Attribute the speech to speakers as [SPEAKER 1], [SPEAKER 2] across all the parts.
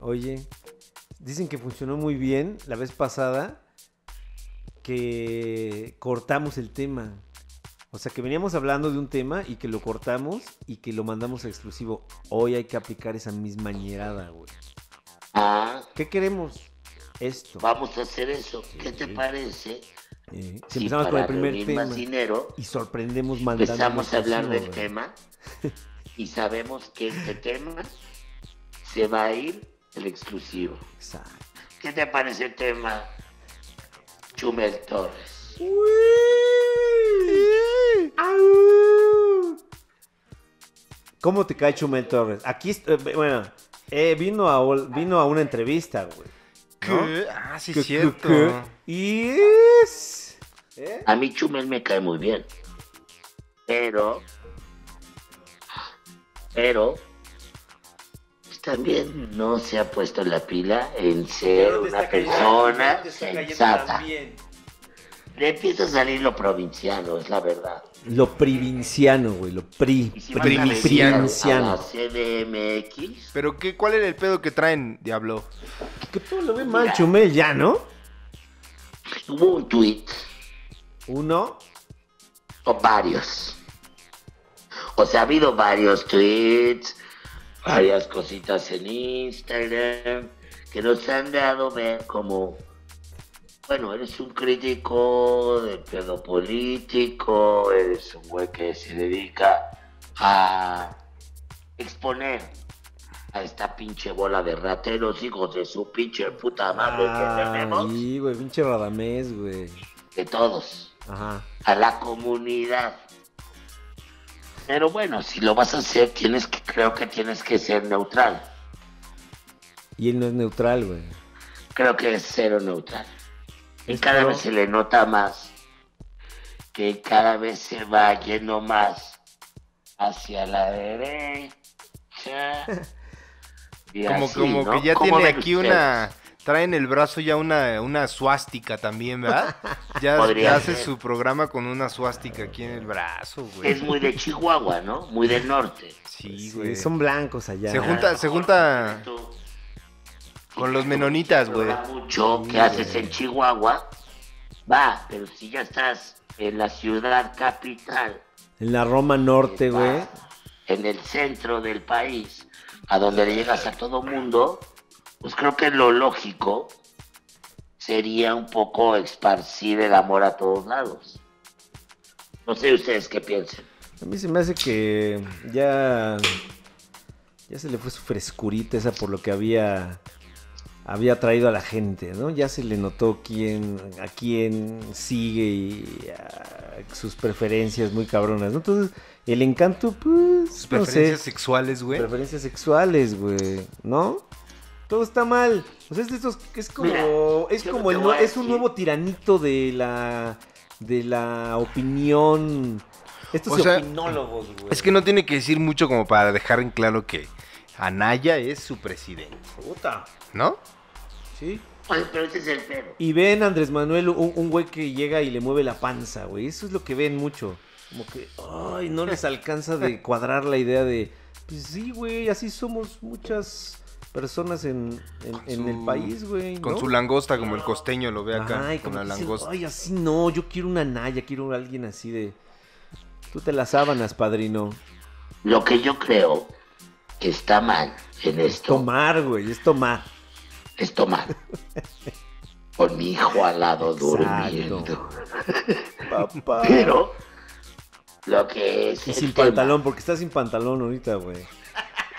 [SPEAKER 1] Oye, dicen que funcionó muy bien la vez pasada que cortamos el tema. O sea, que veníamos hablando de un tema y que lo cortamos y que lo mandamos a exclusivo. Hoy hay que aplicar esa misma ñerada, güey.
[SPEAKER 2] Ah,
[SPEAKER 1] ¿Qué queremos? Esto.
[SPEAKER 2] vamos a hacer eso. ¿Qué te parece?
[SPEAKER 1] Eh, si
[SPEAKER 2] si
[SPEAKER 1] empezamos con
[SPEAKER 2] para
[SPEAKER 1] el primer
[SPEAKER 2] reunir
[SPEAKER 1] tema
[SPEAKER 2] más dinero,
[SPEAKER 1] y sorprendemos mandando.
[SPEAKER 2] empezamos a hablar
[SPEAKER 1] exclusivo,
[SPEAKER 2] del
[SPEAKER 1] güey.
[SPEAKER 2] tema y sabemos que este tema se va a ir el exclusivo.
[SPEAKER 1] Exacto.
[SPEAKER 2] ¿Qué te parece el tema, Chumel Torres?
[SPEAKER 1] ¿Cómo te cae Chumel Torres? Aquí, est- eh, bueno, eh, vino, a, ol- vino a una entrevista, güey. ¿no?
[SPEAKER 3] ¿Qué? Ah, sí,
[SPEAKER 1] Que- que-
[SPEAKER 3] es cierto.
[SPEAKER 1] que- Y es- ¿Eh?
[SPEAKER 2] A mí Chumel me cae muy bien, pero, pero pues, también no se ha puesto la pila en ser una persona sensata. Le empieza a salir lo provinciano, es la verdad.
[SPEAKER 1] Lo provinciano, güey, lo pri,
[SPEAKER 2] Y si
[SPEAKER 1] pri-
[SPEAKER 3] van a venir
[SPEAKER 2] a-
[SPEAKER 1] provinciano.
[SPEAKER 2] A la CDMX.
[SPEAKER 3] Pero qué, ¿cuál era el pedo que traen, Diablo?
[SPEAKER 1] Que todo lo ve mal Chumel ya, ¿no?
[SPEAKER 2] Hubo pues, un tuit,
[SPEAKER 1] Uno,
[SPEAKER 2] o varios. O sea, ha habido varios tweets, varias cositas en Instagram, que nos han dado ver como, bueno, eres un crítico de pedo político, eres un güey que se dedica a exponer a esta pinche bola de rateros, hijos de su pinche puta madre que tenemos,
[SPEAKER 1] Ay, güey, pinche Radamés, güey.
[SPEAKER 2] de todos.
[SPEAKER 1] Ajá.
[SPEAKER 2] a la comunidad. Pero bueno, si lo vas a hacer, tienes que, creo que tienes que ser neutral.
[SPEAKER 1] Y él no es neutral, güey.
[SPEAKER 2] Creo que es cero neutral. Y
[SPEAKER 1] Es
[SPEAKER 2] cada
[SPEAKER 1] pro-
[SPEAKER 2] vez se le nota más que cada vez se va yendo más hacia la derecha. Y
[SPEAKER 3] Como,
[SPEAKER 2] así,
[SPEAKER 3] como
[SPEAKER 2] ¿no?
[SPEAKER 3] que ya
[SPEAKER 2] ¿Cómo
[SPEAKER 3] tiene
[SPEAKER 2] ven
[SPEAKER 3] aquí
[SPEAKER 2] ustedes?
[SPEAKER 3] una. Traen el brazo ya una, una suástica también, ¿verdad? Ya,
[SPEAKER 2] Podría
[SPEAKER 3] ya hace
[SPEAKER 2] ser.
[SPEAKER 3] su programa con una suástica aquí en el brazo, güey.
[SPEAKER 2] Es muy de Chihuahua, ¿no? Muy del norte.
[SPEAKER 3] Sí,
[SPEAKER 1] Sí,
[SPEAKER 3] güey.
[SPEAKER 1] son blancos allá.
[SPEAKER 3] Se junta- se junta con los menonitas, güey.
[SPEAKER 2] Habla mucho que haces en Chihuahua, va, pero si ya estás en la ciudad capital,
[SPEAKER 1] En la Roma Norte,
[SPEAKER 2] va,
[SPEAKER 3] Ah.
[SPEAKER 1] güey.
[SPEAKER 2] en el centro del país, a donde le llegas a todo mundo, pues creo que lo lógico sería un poco esparcir el amor a todos lados. No sé ustedes qué piensan.
[SPEAKER 1] A mí se me hace que ya. Ya se le fue su frescurita esa por lo que había. Había traído a la gente, ¿no? Ya se le notó quién, a quién sigue y ah, sus preferencias muy cabronas, ¿no? Entonces, el encanto, pues, no sé,
[SPEAKER 3] Preferencias sexuales, güey.
[SPEAKER 1] preferencias sexuales, güey, ¿no? Todo está mal. O sea, es de estos, es como,
[SPEAKER 2] Mira,
[SPEAKER 1] es
[SPEAKER 2] yo
[SPEAKER 1] como
[SPEAKER 2] te
[SPEAKER 1] el
[SPEAKER 2] voy
[SPEAKER 1] nue-
[SPEAKER 2] a
[SPEAKER 1] es un
[SPEAKER 2] decir-
[SPEAKER 1] nuevo tiranito de la, de la opinión. Estos
[SPEAKER 3] O sea,
[SPEAKER 1] opinólogos, güey.
[SPEAKER 3] Es que no tiene que decir mucho como para dejar en claro que Anaya es su presidente,
[SPEAKER 1] puta,
[SPEAKER 3] ¿no?
[SPEAKER 1] sí.
[SPEAKER 2] Ay, pero ese es el pedo.
[SPEAKER 1] Y ven Andrés Manuel, un, un güey que llega y le mueve la panza, güey. Eso es lo que ven mucho. Como que, ay, no les alcanza de cuadrar la idea de, pues sí, güey, así somos muchas personas en, en-
[SPEAKER 3] Con
[SPEAKER 1] en el
[SPEAKER 3] su-
[SPEAKER 1] país, güey.
[SPEAKER 3] Con
[SPEAKER 1] ¿no?
[SPEAKER 3] su langosta, como el costeño lo ve acá.
[SPEAKER 1] Ay,
[SPEAKER 3] con
[SPEAKER 1] como que
[SPEAKER 3] la
[SPEAKER 1] dicen,
[SPEAKER 3] langosta.
[SPEAKER 1] Ay, así no, yo quiero una Naya, quiero a alguien así de. Tú te las sábanas, padrino.
[SPEAKER 2] Lo que yo creo que está mal en
[SPEAKER 1] Es
[SPEAKER 2] esto.
[SPEAKER 1] tomar, güey, es tomar.
[SPEAKER 2] es tomar. Con mi hijo al lado
[SPEAKER 1] Exacto.
[SPEAKER 2] durmiendo.
[SPEAKER 1] Papá.
[SPEAKER 2] Pero lo que es.
[SPEAKER 1] Y
[SPEAKER 2] el
[SPEAKER 1] sin
[SPEAKER 2] tema-
[SPEAKER 1] pantalón, porque estás sin pantalón ahorita, güey.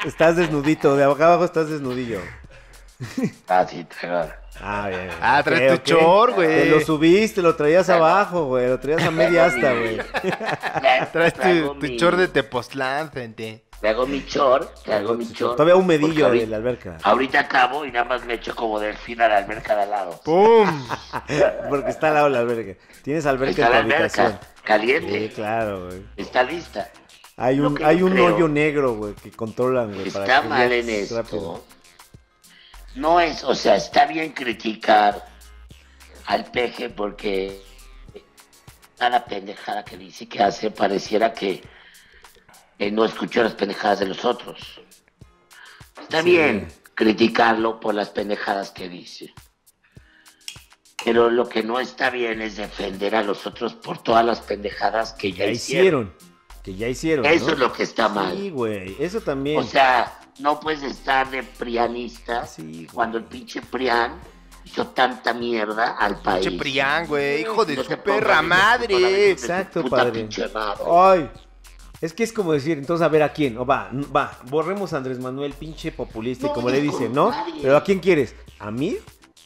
[SPEAKER 1] Estás desnudito, de abajo abajo estás desnudillo.
[SPEAKER 2] Ah, sí, tragar.
[SPEAKER 1] Ah, bien. bien.
[SPEAKER 3] Ah, traes
[SPEAKER 1] Ok,
[SPEAKER 3] tu
[SPEAKER 1] ok.
[SPEAKER 3] chor,
[SPEAKER 1] Te lo
[SPEAKER 3] güey.
[SPEAKER 1] subiste, lo traías abajo, güey. Lo traías a media hasta, güey.
[SPEAKER 2] Tra-
[SPEAKER 3] Traes
[SPEAKER 2] traigo
[SPEAKER 3] tu, tu
[SPEAKER 2] mi-
[SPEAKER 3] chor de Tepoztlán, gente.
[SPEAKER 2] Traigo mi chor, traigo mi chor.
[SPEAKER 1] Todavía un
[SPEAKER 2] porque
[SPEAKER 1] medillo
[SPEAKER 2] ahorita-
[SPEAKER 1] de la alberca.
[SPEAKER 2] Ahorita acabo y nada más me echo como delfín a la alberca de al lado.
[SPEAKER 3] ¡Pum!
[SPEAKER 1] Porque está al lado la alberca. Tienes alberca
[SPEAKER 2] Está
[SPEAKER 1] en tu
[SPEAKER 2] la
[SPEAKER 1] habitación.
[SPEAKER 2] alberca, caliente,
[SPEAKER 1] Sí, claro, güey.
[SPEAKER 2] está lista.
[SPEAKER 1] Hay
[SPEAKER 2] Lo
[SPEAKER 1] un,
[SPEAKER 2] que
[SPEAKER 1] hay
[SPEAKER 2] yo
[SPEAKER 1] un
[SPEAKER 2] creo-
[SPEAKER 1] hoyo negro, güey, que controlan, güey. para
[SPEAKER 2] Está
[SPEAKER 1] que
[SPEAKER 2] mal en
[SPEAKER 1] llegues
[SPEAKER 2] esto.
[SPEAKER 1] rápido.
[SPEAKER 2] No es, o sea, está bien criticar al peje porque cada pendejada que dice que hace pareciera que eh, no escuchó las pendejadas de los otros. Está
[SPEAKER 1] Sí.
[SPEAKER 2] bien criticarlo por las pendejadas que dice. Pero lo que no está bien es defender a los otros por todas las pendejadas que ya,
[SPEAKER 1] ya
[SPEAKER 2] hicieron.
[SPEAKER 1] hicieron. Que ya hicieron.
[SPEAKER 2] Eso
[SPEAKER 1] ¿no?
[SPEAKER 2] es lo que está mal.
[SPEAKER 1] Sí, güey. Eso también.
[SPEAKER 2] O sea, no puedes estar de prianista
[SPEAKER 1] Ah, Sí, güey.
[SPEAKER 2] cuando el pinche prian hizo tanta mierda al país.
[SPEAKER 3] Pinche Prián, güey, hijo de
[SPEAKER 2] No te
[SPEAKER 3] su
[SPEAKER 2] pongas
[SPEAKER 3] perra
[SPEAKER 2] en esos colores
[SPEAKER 3] madre.
[SPEAKER 2] de tu
[SPEAKER 1] Exacto,
[SPEAKER 2] puta
[SPEAKER 1] padre.
[SPEAKER 2] pinche madre.
[SPEAKER 1] Ay. Es que es como decir, entonces a ver a quién. O va, n- va, borremos a Andrés Manuel, pinche populista, y
[SPEAKER 2] No,
[SPEAKER 1] como le
[SPEAKER 2] no,
[SPEAKER 1] dicen, ¿no?
[SPEAKER 2] nadie.
[SPEAKER 1] Pero ¿a quién quieres? ¿A mí?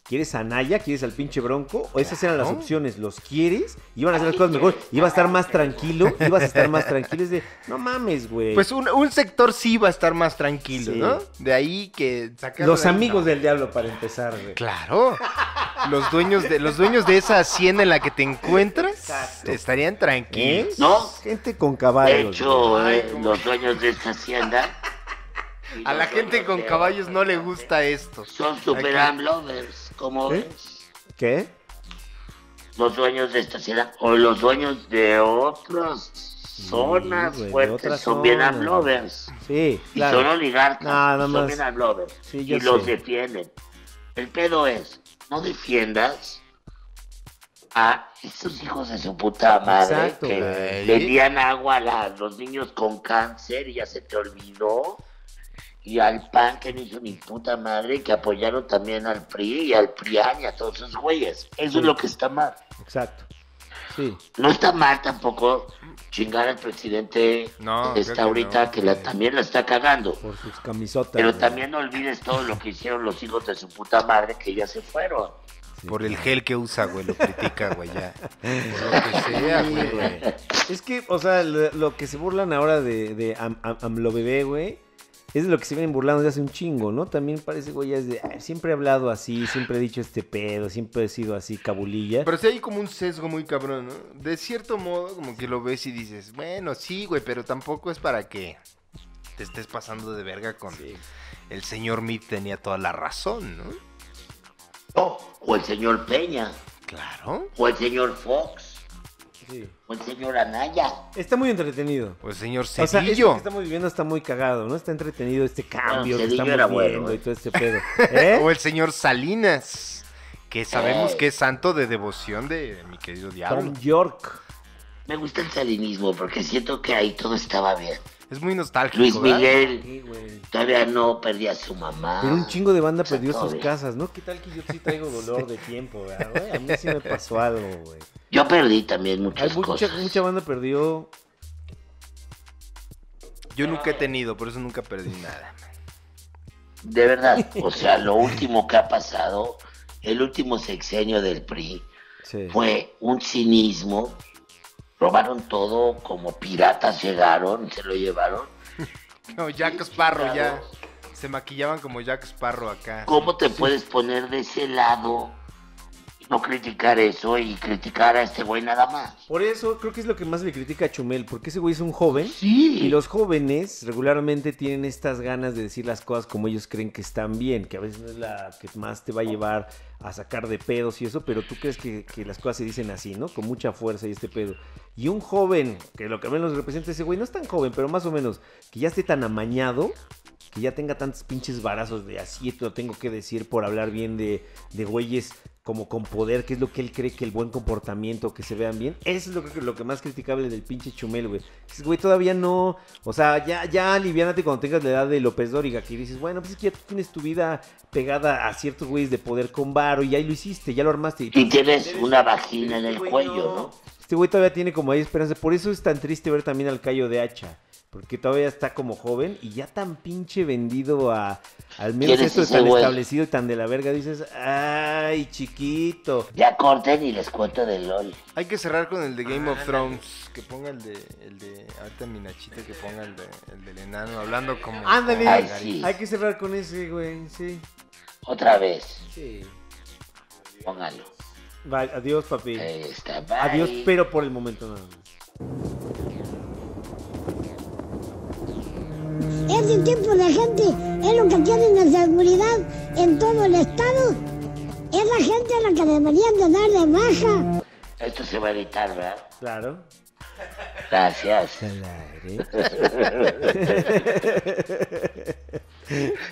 [SPEAKER 1] ¿Quieres a Naya? ¿Quieres al pinche Bronco? O esas eran las
[SPEAKER 3] Claro.
[SPEAKER 1] opciones. ¿Los quieres? Iban a hacer
[SPEAKER 2] ¿A
[SPEAKER 1] las
[SPEAKER 2] quién
[SPEAKER 1] cosas mejor.
[SPEAKER 2] quieres?
[SPEAKER 1] Iba a estar más
[SPEAKER 2] Ah,
[SPEAKER 1] tranquilo. Ibas a estar más tranquilo. Es de, no mames, güey.
[SPEAKER 3] Pues un, un sector sí va a estar más tranquilo,
[SPEAKER 1] Sí.
[SPEAKER 3] ¿no? De ahí que sacar
[SPEAKER 1] Los amigos del diablo, para empezar, güey.
[SPEAKER 3] Claro. Los dueños de los dueños de esa hacienda en la que te encuentras estarían
[SPEAKER 1] ¿Eh?
[SPEAKER 3] tranquilos.
[SPEAKER 2] No.
[SPEAKER 1] Gente con
[SPEAKER 2] De
[SPEAKER 1] caballos. güey.
[SPEAKER 2] hecho,
[SPEAKER 3] Ay,
[SPEAKER 2] eh,
[SPEAKER 3] cómo-
[SPEAKER 2] los dueños de esta hacienda. y
[SPEAKER 3] A
[SPEAKER 2] los
[SPEAKER 3] la gente
[SPEAKER 2] dueños
[SPEAKER 3] con
[SPEAKER 2] de-
[SPEAKER 3] caballos no le gusta esto.
[SPEAKER 2] Son super
[SPEAKER 3] Aquí.
[SPEAKER 2] lovers, como
[SPEAKER 1] ¿Eh?
[SPEAKER 2] ves.
[SPEAKER 1] ¿Qué?
[SPEAKER 2] Los dueños de esta ciudad o los dueños de otras zonas
[SPEAKER 1] güey, de
[SPEAKER 2] fuertes
[SPEAKER 1] otras
[SPEAKER 2] son bien
[SPEAKER 1] zonas.
[SPEAKER 2] amlovers.
[SPEAKER 1] Sí,
[SPEAKER 2] Y
[SPEAKER 1] claro.
[SPEAKER 2] son oligarcas,
[SPEAKER 1] Nada
[SPEAKER 2] y son
[SPEAKER 1] más.
[SPEAKER 2] bien amlovers.
[SPEAKER 1] Sí, yo
[SPEAKER 2] y los
[SPEAKER 1] sé.
[SPEAKER 2] defienden. El pedo es, no defiendas a estos hijos de su puta madre
[SPEAKER 1] Exacto,
[SPEAKER 2] que
[SPEAKER 1] güey.
[SPEAKER 2] vendían agua a la- los niños con cáncer y ya se te olvidó. Y al PAN que no hizo ni puta madre, que apoyaron también al PRI y al PRIAN y a todos esos güeyes. Eso
[SPEAKER 1] Sí.
[SPEAKER 2] es lo que está mal.
[SPEAKER 1] Exacto. Sí.
[SPEAKER 2] No está mal tampoco chingar al presidente
[SPEAKER 3] No,
[SPEAKER 2] que
[SPEAKER 3] creo
[SPEAKER 2] está
[SPEAKER 3] que
[SPEAKER 2] ahorita,
[SPEAKER 3] no.
[SPEAKER 2] que la- también la está cagando.
[SPEAKER 1] Por sus camisotas.
[SPEAKER 2] Pero
[SPEAKER 1] güey.
[SPEAKER 2] también no olvides todo lo que hicieron los hijos de su puta madre que ya se fueron.
[SPEAKER 1] Sí,
[SPEAKER 3] Por el
[SPEAKER 1] claro.
[SPEAKER 3] gel que usa, güey, lo critica, güey, ya. Por lo que sea,
[SPEAKER 1] Sí,
[SPEAKER 3] güey.
[SPEAKER 1] güey. Es que, o sea, lo, lo que se burlan ahora de, de Am- Am- AMLO bebé, güey, es de lo que se vienen burlando desde hace un chingo, ¿no? También parece, güey, ya es de, "Ay, siempre he hablado así, siempre he dicho este pedo, siempre he sido así, cabulilla.
[SPEAKER 3] Pero sí hay como un sesgo muy cabrón, ¿no? De cierto modo, como que lo ves y dices, bueno, sí, güey, pero tampoco es para que te estés pasando de verga con el señor Meade tenía toda la razón, ¿no?
[SPEAKER 2] No, o el señor Peña,
[SPEAKER 3] Claro.
[SPEAKER 2] o el señor Fox,
[SPEAKER 1] Sí.
[SPEAKER 2] o el señor Anaya.
[SPEAKER 1] Está muy entretenido.
[SPEAKER 3] O el señor
[SPEAKER 1] O sea,
[SPEAKER 3] Cedillo.
[SPEAKER 1] esto que estamos viviendo está muy cagado, ¿no? Está entretenido este cambio que
[SPEAKER 2] Cedillo
[SPEAKER 1] estamos
[SPEAKER 2] era
[SPEAKER 1] viendo
[SPEAKER 2] bueno,
[SPEAKER 1] y
[SPEAKER 2] güey.
[SPEAKER 1] todo este pedo. ¿Eh?
[SPEAKER 3] O el señor Salinas, que sabemos
[SPEAKER 2] Ey.
[SPEAKER 3] que es santo de devoción de mi querido diablo.
[SPEAKER 1] Tom York.
[SPEAKER 2] Me gusta el salinismo porque siento que ahí todo estaba bien.
[SPEAKER 3] Es muy nostálgico.
[SPEAKER 2] Luis
[SPEAKER 3] ¿verdad?
[SPEAKER 2] Miguel
[SPEAKER 1] Sí, güey.
[SPEAKER 2] todavía no perdía a su mamá.
[SPEAKER 1] Pero un chingo de banda
[SPEAKER 2] O sea,
[SPEAKER 1] perdió
[SPEAKER 2] todo
[SPEAKER 1] sus
[SPEAKER 2] bien.
[SPEAKER 1] casas, ¿no? ¿Qué tal que yo sí traigo dolor de tiempo, ¿verdad, güey? A mí sí me pasó algo, güey.
[SPEAKER 2] Yo perdí también
[SPEAKER 1] Hay
[SPEAKER 2] muchas
[SPEAKER 1] mucha,
[SPEAKER 2] cosas.
[SPEAKER 1] mucha banda perdió
[SPEAKER 3] Yo nunca he tenido, por eso nunca perdí nada.
[SPEAKER 2] De verdad, o sea, lo último que ha pasado, el último sexenio del PRI,
[SPEAKER 1] Sí.
[SPEAKER 2] fue un cinismo. Robaron todo como piratas llegaron, se lo llevaron.
[SPEAKER 3] No, Jack Sparrow ya. Se maquillaban como Jack Sparrow acá.
[SPEAKER 2] ¿Cómo te puedes poner de ese lado y no criticar eso y criticar a este güey nada más?
[SPEAKER 1] Por eso creo que es lo que más le critica a Chumel, porque ese güey es un joven y
[SPEAKER 2] Sí.
[SPEAKER 1] los jóvenes regularmente tienen estas ganas de decir las cosas como ellos creen que están bien, que a veces no es la que más te va a llevar a sacar de pedos y eso, pero tú crees que, que las cosas se dicen así, ¿no? Con mucha fuerza y este pedo. Y un joven, que lo que menos representa ese güey, no es tan joven, pero más o menos, que ya esté tan amañado, que ya tenga tantos pinches varazos de así, te lo tengo que decir por hablar bien de, de güeyes como con poder, que es lo que él cree que el buen comportamiento, que se vean bien. Eso es lo que, lo que más criticable del pinche Chumel, güey. Dices, güey, todavía no. O sea, ya, ya aliviánate cuando tengas la edad de López Dóriga, que dices, bueno, pues es que ya tú tienes tu vida pegada a ciertos güeyes de poder con varo y ahí lo hiciste, ya lo armaste.
[SPEAKER 2] Y tienes una
[SPEAKER 1] Pero
[SPEAKER 2] vagina en
[SPEAKER 1] este
[SPEAKER 2] el
[SPEAKER 1] güey
[SPEAKER 2] cuello, ¿no?
[SPEAKER 1] Este güey todavía tiene como ahí esperanza. Por eso es tan triste ver también al Cayo de Hacha. Porque todavía está como joven y ya tan pinche vendido a. Al menos
[SPEAKER 2] ¿Quién es
[SPEAKER 1] esto es
[SPEAKER 2] ese
[SPEAKER 1] tan
[SPEAKER 2] güey?
[SPEAKER 1] establecido y tan de la verga. Dices, ay, chiquito.
[SPEAKER 2] Ya corten y les cuento de LOL.
[SPEAKER 3] Hay que cerrar con el de Game of Thrones. Que ponga el de. El de ahorita mi Nachita, que ponga el, de, el del enano hablando como.
[SPEAKER 1] Ándale.
[SPEAKER 3] como
[SPEAKER 2] Ay,
[SPEAKER 3] Margarita.
[SPEAKER 2] sí.
[SPEAKER 1] Hay que cerrar con ese, güey. Sí.
[SPEAKER 2] Otra vez,
[SPEAKER 1] Sí.
[SPEAKER 2] póngalo.
[SPEAKER 1] Bye, adiós, papi.
[SPEAKER 2] Ahí está. Eh, bye.
[SPEAKER 1] Adiós, pero por el momento nada más.
[SPEAKER 4] Ese tipo de gente es lo que tiene de seguridad en todo el estado. Es la gente a la que deberían de dar de baja.
[SPEAKER 2] Esto se va a editar, ¿verdad?
[SPEAKER 1] Claro.
[SPEAKER 2] Gracias.
[SPEAKER 1] Al aire.